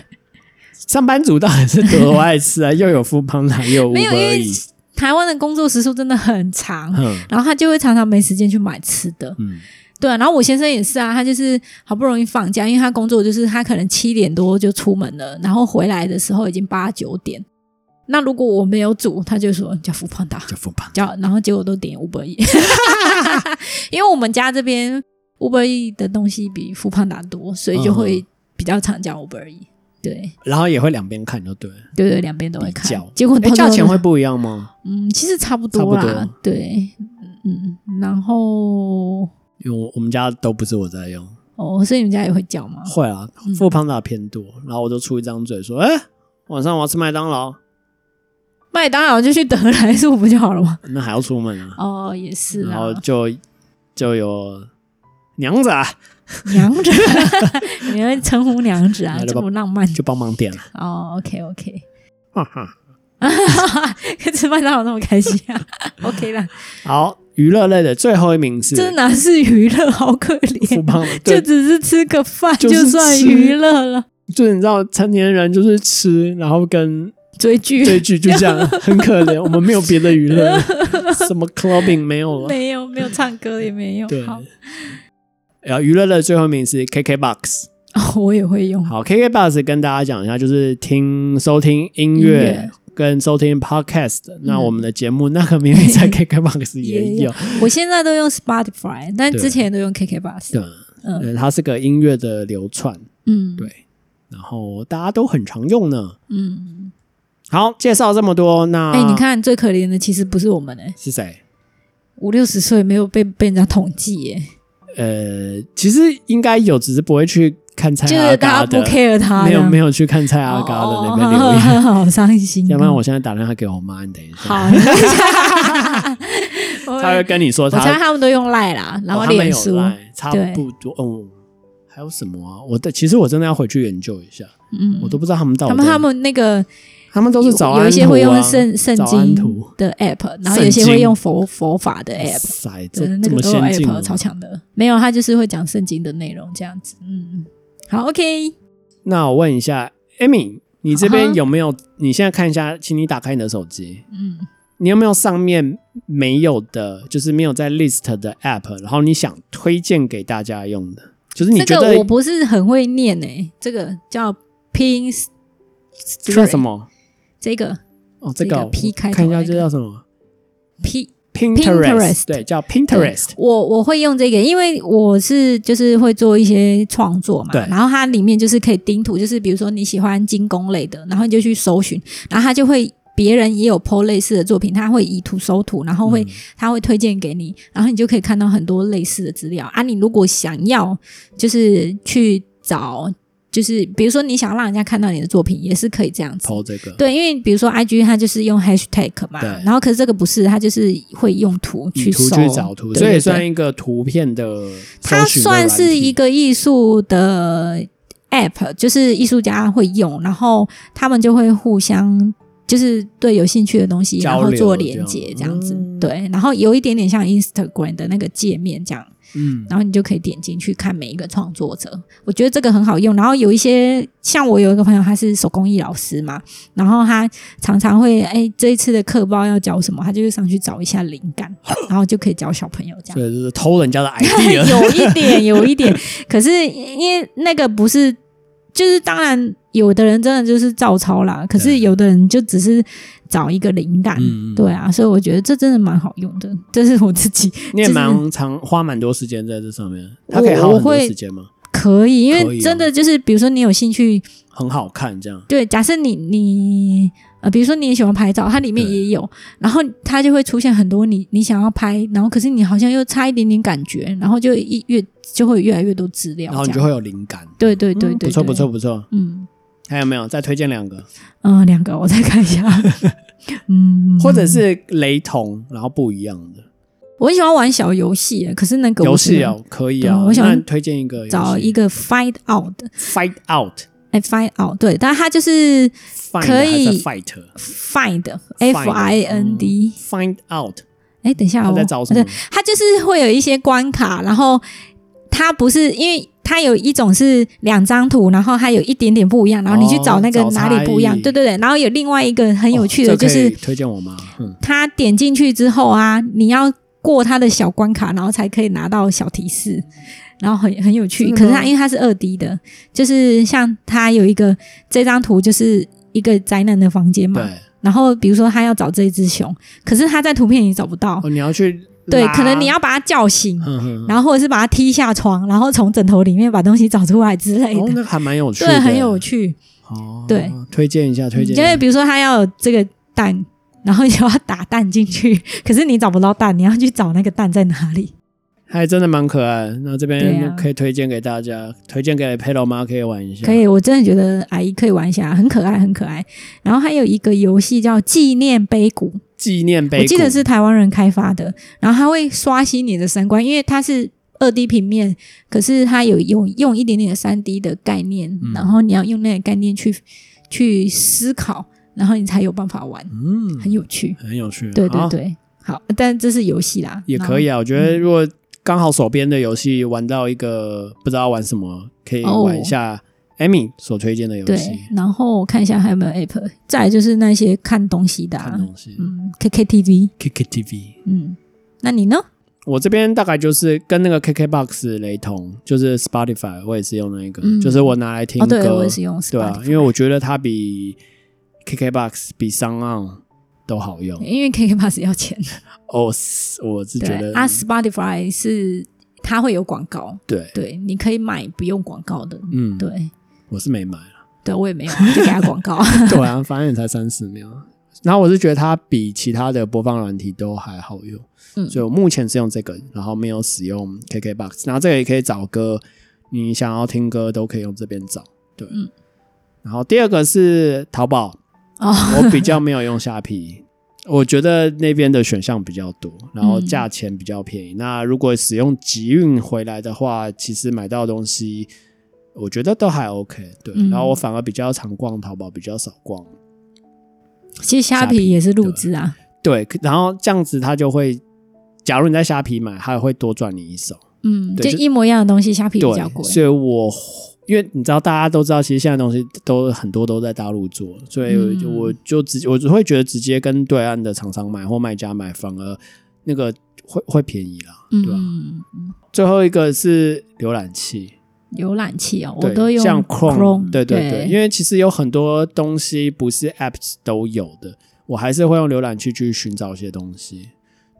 Speaker 2: 上班族到底是多爱
Speaker 1: (laughs)
Speaker 2: 吃啊？又有 Food Panda，又有
Speaker 1: 没有因
Speaker 2: Uber
Speaker 1: 为
Speaker 2: E，
Speaker 1: 台湾的工作时数真的很长，
Speaker 2: 嗯
Speaker 1: 然后他就会常常没时间去买吃的，
Speaker 2: 嗯
Speaker 1: 对啊、然后我先生也是啊，他就是好不容易放假，因为他工作就是他可能七点多就出门了，然后回来的时候已经八九点。那如果我没有煮，他就说叫福胖达，
Speaker 2: 叫 Food Panda。
Speaker 1: 叫，然后结果都点 Uber E，因为 (laughs) 我们家这边 Uber E 的东西比福胖达多，所
Speaker 2: 嗯
Speaker 1: 以就会比较常叫 Uber E。对
Speaker 2: 然后也会两边看就对了。
Speaker 1: 对对，两边都会
Speaker 2: 比
Speaker 1: 看
Speaker 2: 较，
Speaker 1: 结果
Speaker 2: 哎，
Speaker 1: 到
Speaker 2: 价
Speaker 1: 最
Speaker 2: 钱
Speaker 1: 后
Speaker 2: 会不一样吗？
Speaker 1: 嗯，其实差不多
Speaker 2: 差不
Speaker 1: 啦
Speaker 2: 多，
Speaker 1: 对，嗯，嗯然后
Speaker 2: 因为我我们家都不是我在用，
Speaker 1: 哦，所以你们家也会叫吗？
Speaker 2: 会啊
Speaker 1: 嗯
Speaker 2: ，Food Panda 偏多。然后我就出一张嘴说：“哎，晚上我要吃麦当劳，
Speaker 1: 麦当劳就去得来速不就好了吗？
Speaker 2: 那还要出门啊。
Speaker 1: (laughs) 哦，也”是
Speaker 2: 然
Speaker 1: 啦
Speaker 2: 后，就就有娘子啊，
Speaker 1: 娘 (laughs) 子，你会称呼娘子啊，
Speaker 2: 来了
Speaker 1: 这
Speaker 2: 吧
Speaker 1: 么浪漫
Speaker 2: 就帮忙点了，
Speaker 1: 哦。OK OK，
Speaker 2: 哈哈。
Speaker 1: 吃麦当劳那么开心 (laughs) 啊？OK 啦，
Speaker 2: 好，娱乐类的最后一名是
Speaker 1: 这哪是娱乐，好可 (laughs)
Speaker 2: Food
Speaker 1: 怜，
Speaker 2: Panda，
Speaker 1: 就
Speaker 2: 对，
Speaker 1: 只是吃个饭
Speaker 2: 就是
Speaker 1: 就算
Speaker 2: 吃
Speaker 1: 娱乐了，
Speaker 2: 就是你知道，成年人就是吃，然后跟
Speaker 1: 追剧
Speaker 2: 追剧就这样，很可怜。我们没有别的娱
Speaker 1: (laughs)
Speaker 2: 乐，什么 clubbing 没有了。
Speaker 1: 没有没有唱歌也没有。
Speaker 2: 对
Speaker 1: 好，
Speaker 2: 然后哎娱乐类最后一名是 KKBOX。
Speaker 1: 哦我也会用。
Speaker 2: 好，KKBOX 跟大家讲一下，就是听收听音
Speaker 1: 音
Speaker 2: 乐
Speaker 1: 乐嗯
Speaker 2: 跟收听 podcast。那我们的节目那个明明在 KKBOX
Speaker 1: (laughs)
Speaker 2: 也
Speaker 1: 也
Speaker 2: 有
Speaker 1: 有，我现在都用 Spotify，但之前都用 KK Bus。
Speaker 2: 对，
Speaker 1: 嗯
Speaker 2: 嗯，它是个音乐的流串，
Speaker 1: 嗯，
Speaker 2: 对，然后大家都很常用呢。
Speaker 1: 嗯。
Speaker 2: 好，介绍这么多，那
Speaker 1: 哎，你看最可怜的其实不是我们哎，
Speaker 2: 是谁？
Speaker 1: 五六十岁没有被被人家统计耶，
Speaker 2: 呃，其实应该有，只是不会去看蔡
Speaker 1: 就
Speaker 2: 阿
Speaker 1: 是大
Speaker 2: 嘎
Speaker 1: 家不
Speaker 2: 的，
Speaker 1: care 他，
Speaker 2: 没有没
Speaker 1: 有
Speaker 2: 有去看蔡阿嘎
Speaker 1: 哦
Speaker 2: 的那个留
Speaker 1: 好
Speaker 2: 言。 (laughs)
Speaker 1: 好好伤心哦。
Speaker 2: 要不然我现在打电话给我妈，你等一下， (laughs)
Speaker 1: 好，你看一下我
Speaker 2: 她会跟你说
Speaker 1: 我猜
Speaker 2: 她
Speaker 1: 他们都用赖啦，然后
Speaker 2: 哦他们
Speaker 1: 脸
Speaker 2: 有
Speaker 1: 书，
Speaker 2: Line，差
Speaker 1: 对
Speaker 2: 不多。哦，还有什么啊？我的其实我真的要回去研究一下，我
Speaker 1: 嗯，
Speaker 2: 都不知道他们到底
Speaker 1: 他们他们那个
Speaker 2: 他们都是早安图啊
Speaker 1: 有一些会用圣圣
Speaker 2: 早安
Speaker 1: 经
Speaker 2: 图，
Speaker 1: 的 app，然后有一些
Speaker 2: 圣
Speaker 1: 会
Speaker 2: 经
Speaker 1: 用佛佛法的
Speaker 2: 哇
Speaker 1: app。
Speaker 2: 塞，这
Speaker 1: 对，呃那
Speaker 2: 这么
Speaker 1: 个都有
Speaker 2: 先进啊吗
Speaker 1: app 超强的，没有，他就是会讲圣经的内容这样子。嗯，好，OK，
Speaker 2: 那我问一下，Amy，你这边
Speaker 1: 啊哈
Speaker 2: 有没有？你现在看一下，请你打开你的手机，
Speaker 1: 嗯，
Speaker 2: 你有没有上面没有的，就是没有在 list 的 app，然后你想推荐给大家用的，就是你觉
Speaker 1: 这
Speaker 2: 得
Speaker 1: 个我不是很会念诶、这个叫 Pin，
Speaker 2: 这叫什？么？
Speaker 1: 这个
Speaker 2: 哦，这
Speaker 1: 这
Speaker 2: 个
Speaker 1: 个 P
Speaker 2: 我
Speaker 1: 开头
Speaker 2: 看一下
Speaker 1: 那个
Speaker 2: 这叫什么
Speaker 1: P，
Speaker 2: ？Pinterest，
Speaker 1: Pinterest
Speaker 2: 对，叫
Speaker 1: 对
Speaker 2: Pinterest，
Speaker 1: 我我会用这个，因为我是就是会做一些创作嘛，
Speaker 2: 对
Speaker 1: 然后它里面就是可以钉图，就是比如说你喜欢精工类的，然后你就去搜寻，然后它就会。别人也有 PO 类似的作品，他会以图搜图，然后会、
Speaker 2: 嗯
Speaker 1: 他会推荐给你，然后你就可以看到很多类似的资料啊。你如果想要就是去找，就是比如说你想让人家看到你的作品，也是可以这样子。
Speaker 2: 投这个，
Speaker 1: 对，因为比如说 I G 它就是用 hashtag 嘛
Speaker 2: 对，
Speaker 1: 然后可是这个不是，它就是会用图
Speaker 2: 以
Speaker 1: 去
Speaker 2: 嗯图
Speaker 1: 搜
Speaker 2: 去找图，
Speaker 1: 对
Speaker 2: 所以
Speaker 1: 对
Speaker 2: 算
Speaker 1: 对
Speaker 2: 一个图片的搜
Speaker 1: 它
Speaker 2: 寻的软
Speaker 1: 算
Speaker 2: 体，
Speaker 1: 是一个艺术的 app，就是艺术家会用，然后他们就会互相。就是对有兴趣的东西，然
Speaker 2: 交
Speaker 1: 后
Speaker 2: 流
Speaker 1: 做
Speaker 2: 这
Speaker 1: 连
Speaker 2: 样
Speaker 1: 接这样子，
Speaker 2: 嗯
Speaker 1: 对，然后有一点点像 Instagram 的那个界面这样，
Speaker 2: 嗯，
Speaker 1: 然后你就可以点进去看每一个创作者，我觉得这个很好用。然后有一些像我有一个朋友，他是手工艺老师嘛，然后他常常会哎，这一次的课包要教什么，他就会上去找一下灵
Speaker 2: (laughs)
Speaker 1: 感，然后就可以教小朋友这样。
Speaker 2: 所以就是偷
Speaker 1: (laughs)
Speaker 2: 人家的 idea，
Speaker 1: 有一
Speaker 2: (laughs)
Speaker 1: 点，有一点，可是因为那个不是，就是当然有的人真的就是照抄啦，可是
Speaker 2: 对
Speaker 1: 有的人就只是找一个灵感，
Speaker 2: 嗯嗯
Speaker 1: 对啊，所以我觉得这真的蛮好用的，这是我自己
Speaker 2: 你也
Speaker 1: 就是
Speaker 2: 蛮常花蛮多时间在这上面，它可以耗
Speaker 1: 我
Speaker 2: 很多
Speaker 1: 会
Speaker 2: 时间吗？
Speaker 1: 可以，因
Speaker 2: 可以
Speaker 1: 为
Speaker 2: 哦
Speaker 1: 真的就是，比如说你有兴趣，
Speaker 2: 很好看，这样
Speaker 1: 对，假设你你呃，比如说你也喜欢拍照，它里面
Speaker 2: 对
Speaker 1: 也有，然后它就会出现很多你你想要拍，然后可是你好像又差一点点感觉，然后就一越就会有越来越多资料，
Speaker 2: 然后你
Speaker 1: 这
Speaker 2: 就
Speaker 1: 样
Speaker 2: 会有灵感。
Speaker 1: 对对对
Speaker 2: 嗯
Speaker 1: 对，
Speaker 2: 不错
Speaker 1: 对
Speaker 2: 不错，不错。
Speaker 1: 嗯
Speaker 2: 还有没有再推荐两个，
Speaker 1: 嗯、呃两个
Speaker 2: (laughs)
Speaker 1: 我再看一下，嗯，
Speaker 2: 或者是雷同然后不一样的？
Speaker 1: 我很喜欢玩小游戏，可是那个
Speaker 2: 游
Speaker 1: 我只
Speaker 2: 戏
Speaker 1: 能
Speaker 2: 哦，可以
Speaker 1: 对
Speaker 2: 啊。
Speaker 1: 我想
Speaker 2: 那推荐一个游戏
Speaker 1: 找一个 find out 的，
Speaker 2: fight out，
Speaker 1: 哎，find out 对，但它就是
Speaker 2: find
Speaker 1: 可以
Speaker 2: 还是 fight
Speaker 1: find f i n d，
Speaker 2: find out，
Speaker 1: 哎，等一下
Speaker 2: 嗯他
Speaker 1: 哦，
Speaker 2: 在找什么
Speaker 1: 对？它就是会有一些关卡，然后它不是因为它有一种是两张图，然后它有一点点不一样，然后你去找那个
Speaker 2: 哦找
Speaker 1: 哪
Speaker 2: 差
Speaker 1: 里不一样，
Speaker 2: 异
Speaker 1: 对对对，然后有另外一个很有趣的
Speaker 2: 哦这
Speaker 1: 就
Speaker 2: 可以
Speaker 1: 是、
Speaker 2: 推荐我吗？嗯，
Speaker 1: 它点进去之后啊，你要过它的小关卡，然后才可以拿到小提示，然后很很有趣。
Speaker 2: 真的
Speaker 1: 可
Speaker 2: 吗
Speaker 1: 是它因为它是二 D 的，就是像它有一个这张图就是一个灾难的房间嘛，
Speaker 2: 对。
Speaker 1: 然后比如说他要找这一只熊，可是他在图片里找不到，
Speaker 2: 哦，你要去
Speaker 1: 对，
Speaker 2: 拉
Speaker 1: 可能你，要把它叫醒。
Speaker 2: 嗯嗯，
Speaker 1: 然后或者是把它踢下床，然后从枕头里面把东西找出来之类
Speaker 2: 嗯哦，
Speaker 1: 的，
Speaker 2: 那个还蛮有趣的，
Speaker 1: 对，很有趣。
Speaker 2: 哦，
Speaker 1: 对，
Speaker 2: 推荐一下，推荐一
Speaker 1: 因为
Speaker 2: 下。
Speaker 1: 比如说他要有这个蛋，然后你就要打蛋进去， (laughs) 可是你找不到蛋，你要去找那个蛋在哪里。
Speaker 2: 还真的蛮可爱的，那这
Speaker 1: 对
Speaker 2: 边
Speaker 1: 啊
Speaker 2: 可以推荐给大家，推荐给佩罗妈可以玩一下。
Speaker 1: 可以，我真的觉得阿姨可以玩一下，很可爱，很可爱。然后还有一个游戏叫纪念碑谷，
Speaker 2: 纪念碑谷，
Speaker 1: 我记得是台湾人开发的，然后它会刷新你的三观，因为它是。二 D 平面，可是它有用用一点点三 D 的概念，
Speaker 2: 嗯
Speaker 1: 然后你要用那个概念去去思考，然后你才有办法玩，
Speaker 2: 嗯，
Speaker 1: 很有趣。
Speaker 2: 很有趣，
Speaker 1: 对对
Speaker 2: 好，
Speaker 1: 对，好，但这是游戏啦，
Speaker 2: 也可以啊。我觉得如果刚好手边的游戏玩到一个不知道玩什么，可以
Speaker 1: 哦
Speaker 2: 玩一下 Amy 所推荐的游
Speaker 1: 对
Speaker 2: 戏，，
Speaker 1: 然后我看一下还有没有 app，再来就是那些看东西的、啊
Speaker 2: 看，东西
Speaker 1: 嗯，KKTV，
Speaker 2: ，KKTV。
Speaker 1: 嗯，那你呢？
Speaker 2: 我这边大概就是跟那个 KKBox 雷同，就是 Spotify，我也是用那个，
Speaker 1: 嗯
Speaker 2: 就是我拿来听
Speaker 1: 哦，
Speaker 2: 歌，
Speaker 1: 对，我也是用 s
Speaker 2: 对
Speaker 1: p
Speaker 2: 啊，因为我觉得它比 KKBox 比 s o n 都好用。
Speaker 1: 因为 KK Pass 要钱，
Speaker 2: 哦，是我是觉
Speaker 1: 对
Speaker 2: 得
Speaker 1: 啊，Spotify 是它会有广告，
Speaker 2: 对，
Speaker 1: 对，你可以买不用广告的，
Speaker 2: 嗯，
Speaker 1: 对，
Speaker 2: 我是没买了。
Speaker 1: 对我也没有啊，就给他广告，
Speaker 2: (laughs) 对啊，反正也才三十秒。然后我是觉得它比其他的播放软体都还好用，
Speaker 1: 嗯
Speaker 2: 所以我目前是用这个，然后没有使用 KKBox。然后这个也可以找歌，你想要听歌都可以用这边找。对，
Speaker 1: 嗯
Speaker 2: 然后第二个是淘宝，
Speaker 1: 哦，
Speaker 2: (laughs) 我比较没有用虾皮，我觉得那边的选项比较多，然后价钱比较便宜。那如果使用集运回来的话，其实买到的东西，我觉得都还 OK。对，
Speaker 1: 嗯
Speaker 2: 然后我反而比较常逛淘宝，比较少逛。
Speaker 1: 其实虾皮也是入资啊，
Speaker 2: 对，可然后这样子它就会，假如你在虾皮买，它会多赚你一手。
Speaker 1: 嗯，就
Speaker 2: 对就
Speaker 1: 一模一样的东西，虾皮比较
Speaker 2: 对，
Speaker 1: 贵，
Speaker 2: 所以我因为你知道，大家都知道，其实现在东西都很多都在大陆做，所以我就
Speaker 1: 嗯
Speaker 2: 我就直我只会觉得直接跟对岸的厂商买或卖家买，反而那个会会便宜啦，对啊吧、
Speaker 1: 嗯，
Speaker 2: 最后一个是浏览器，
Speaker 1: 浏览器哦，我
Speaker 2: 对，
Speaker 1: 都用
Speaker 2: 像
Speaker 1: Chrome，
Speaker 2: 对
Speaker 1: 对
Speaker 2: 对，因为其实有很多东西不是 Apps 都有的，我还是会用浏览器去寻找一些东西。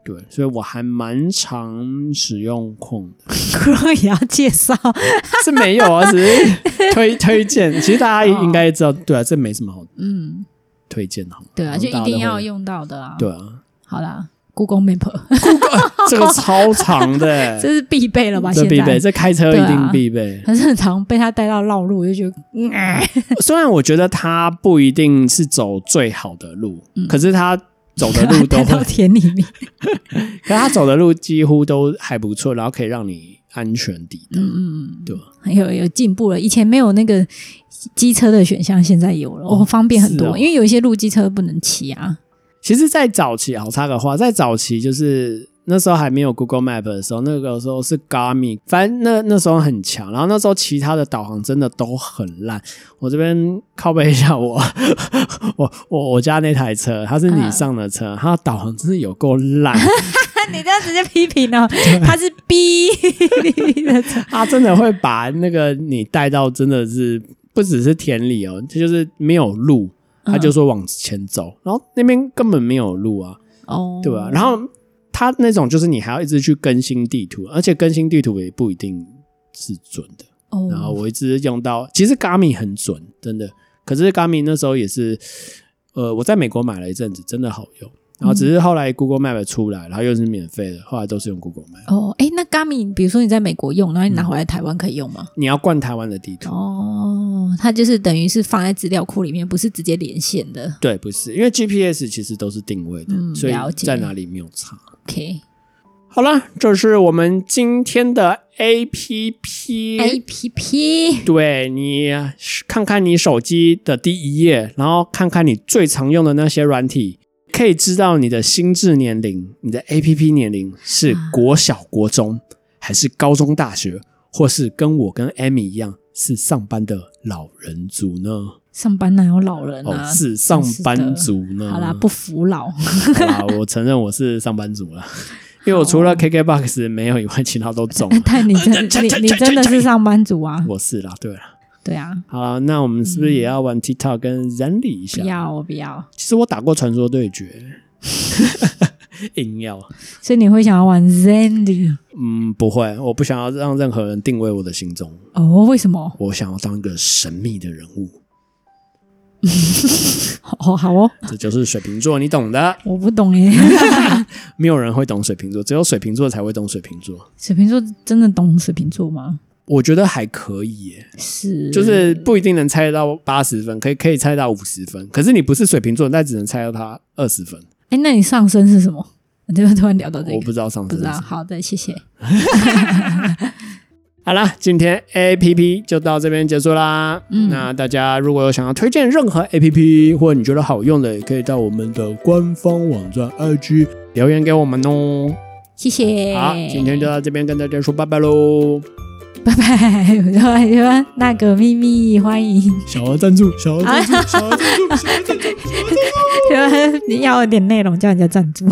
Speaker 2: 对，所以我还蛮常使用 Chrome 的。
Speaker 1: (laughs) Chrome 也要介绍，
Speaker 2: (laughs) 是没有啊，只是推推荐。其实大家应该知道，对啊，这没什么好
Speaker 1: 嗯。
Speaker 2: 推荐好。
Speaker 1: 对啊，就
Speaker 2: 大
Speaker 1: 一
Speaker 2: 家都
Speaker 1: 定
Speaker 2: 会
Speaker 1: 要。用到的啊。
Speaker 2: 对，啊，
Speaker 1: 好啦，Google Map
Speaker 2: 这个超长的、
Speaker 1: (laughs) 这是必备了吧？
Speaker 2: 这
Speaker 1: 现
Speaker 2: 必备，
Speaker 1: 在
Speaker 2: 这开车一定必备。
Speaker 1: (laughs) 可是很常被他带到绕路，我就觉得，
Speaker 2: (laughs)
Speaker 1: 嗯哎
Speaker 2: 虽然我觉得它不一定是走最好的路，
Speaker 1: 嗯啊
Speaker 2: 可是它
Speaker 1: (laughs)
Speaker 2: 走的路都
Speaker 1: 带
Speaker 2: 会
Speaker 1: 到，田里面。 (laughs)
Speaker 2: 可是它走的路几乎都还不错，然后可以让你安全抵达。
Speaker 1: 嗯嗯，
Speaker 2: 对啊
Speaker 1: 嗯，有有进步了。以前没有那个机车的选项，现在有了，
Speaker 2: 哦
Speaker 1: 哦，方便很
Speaker 2: 是
Speaker 1: 多。
Speaker 2: 哦
Speaker 1: 因为有一些路机车不能骑啊。
Speaker 2: 其实，在早期，好插个话，在早期就是那时候还没有 Google Map 的时候，那个时候是 Garmin，反正那那时候很强。然后那时候其他的导航真的都很烂。我这边靠背一下我， (laughs) 我我我家那台车，它是你上的车，它的导航真是有够烂，
Speaker 1: (laughs) 你这样直接批评哦 (laughs) 了，他是
Speaker 2: (laughs)
Speaker 1: B 的车
Speaker 2: 它真的会把那个你带到真的是不只是田里哦，它就是没有路，它就说往前走，然后那边根本没有路啊。
Speaker 1: 哦，
Speaker 2: 对啊，然后它那种就是你还要一直去更新地图，而且更新地图也不一定是准的。
Speaker 1: 哦，
Speaker 2: 然后我一直用到，其实 Garmin 很准，真的。可是 Garmin 那时候也是，呃，我在美国买了一阵子，真的好用。然后只是后来 Google Map 出来，然后又是免费的，后来都是用 Google Map。
Speaker 1: 哦，哎，那 Garmin，比如说你在美国用，然后你拿回来台湾可以用吗？
Speaker 2: 你要灌台湾的地图，
Speaker 1: 哦，它就是等于是放在资料库里面，不是直接连线的。
Speaker 2: 对，不是因为 GPS 其实都是定位的，
Speaker 1: 嗯
Speaker 2: 所以
Speaker 1: 了解
Speaker 2: 在哪里没有差。
Speaker 1: OK，
Speaker 2: 好了，这是我们今天的 A P P
Speaker 1: A P P
Speaker 2: 对你看看你手机的第一页，然后看看你最常用的那些软体，可以知道你的心智年龄，你的 A P P 年龄是国小、国中，还是高中、大学，或是跟我跟 Amy 一样是上班的老人族呢？
Speaker 1: 上班哪有老人
Speaker 2: 哦，
Speaker 1: 啊？
Speaker 2: 是上班族嗯哦呢？
Speaker 1: 好
Speaker 2: (laughs)
Speaker 1: 啦，不服老。。
Speaker 2: 好啦，我承认我是上班族了，因为我除了 KK Box 没有以外，其他都中了
Speaker 1: (laughs) (laughs) 但你
Speaker 2: (laughs)
Speaker 1: 真的你你真的是上班族啊？
Speaker 2: 我是啦，对了。
Speaker 1: 对啊，
Speaker 2: 好了，那我们是不是也要玩 TikTok 跟 Zenly 一
Speaker 1: 不
Speaker 2: 下？
Speaker 1: 要我不要，
Speaker 2: 其实我打过传说对决， (laughs) 硬要，
Speaker 1: 所以你会想要玩 Zenly
Speaker 2: 嗯，不会，我不想要让任何人定位我的行踪，
Speaker 1: 哦？为什么？
Speaker 2: 我想要当一个神秘的人物，
Speaker 1: 哦，好哦，
Speaker 2: 这就是水瓶座，你懂的。
Speaker 1: 我不懂耶。 (laughs)
Speaker 2: 没有人会懂水瓶座，只有水瓶座才会懂水瓶座。
Speaker 1: 水瓶座真的懂水瓶座吗？
Speaker 2: 我觉得还可以耶，
Speaker 1: 是，
Speaker 2: 就是不一定能猜到八十分，可以可以猜到五十分，可是你不是水瓶座，但只能猜到他二十分。
Speaker 1: 哎，那你上身是什么？我这个突然聊到这
Speaker 2: 我
Speaker 1: 个，
Speaker 2: 不知道上
Speaker 1: 不
Speaker 2: 次
Speaker 1: 知
Speaker 2: 是
Speaker 1: 道。
Speaker 2: 什么
Speaker 1: 好的，谢谢。
Speaker 2: 好啦，今天 A P P 就到这边结束啦。
Speaker 1: 嗯
Speaker 2: 那大家如果有想要推荐任何 A P P，或者你觉得好用的，也可以到我们的官方网站 I G 留言给我们哦。
Speaker 1: 谢谢。
Speaker 2: 好，
Speaker 1: (laughs)
Speaker 2: 今天就到这边跟大家说拜拜喽。
Speaker 1: 拜拜，我说哎那个秘密，欢迎， (laughs)
Speaker 2: 小额赞助，小额赞助，小额赞助，小额赞助。
Speaker 1: 要有点内容叫人家赞助。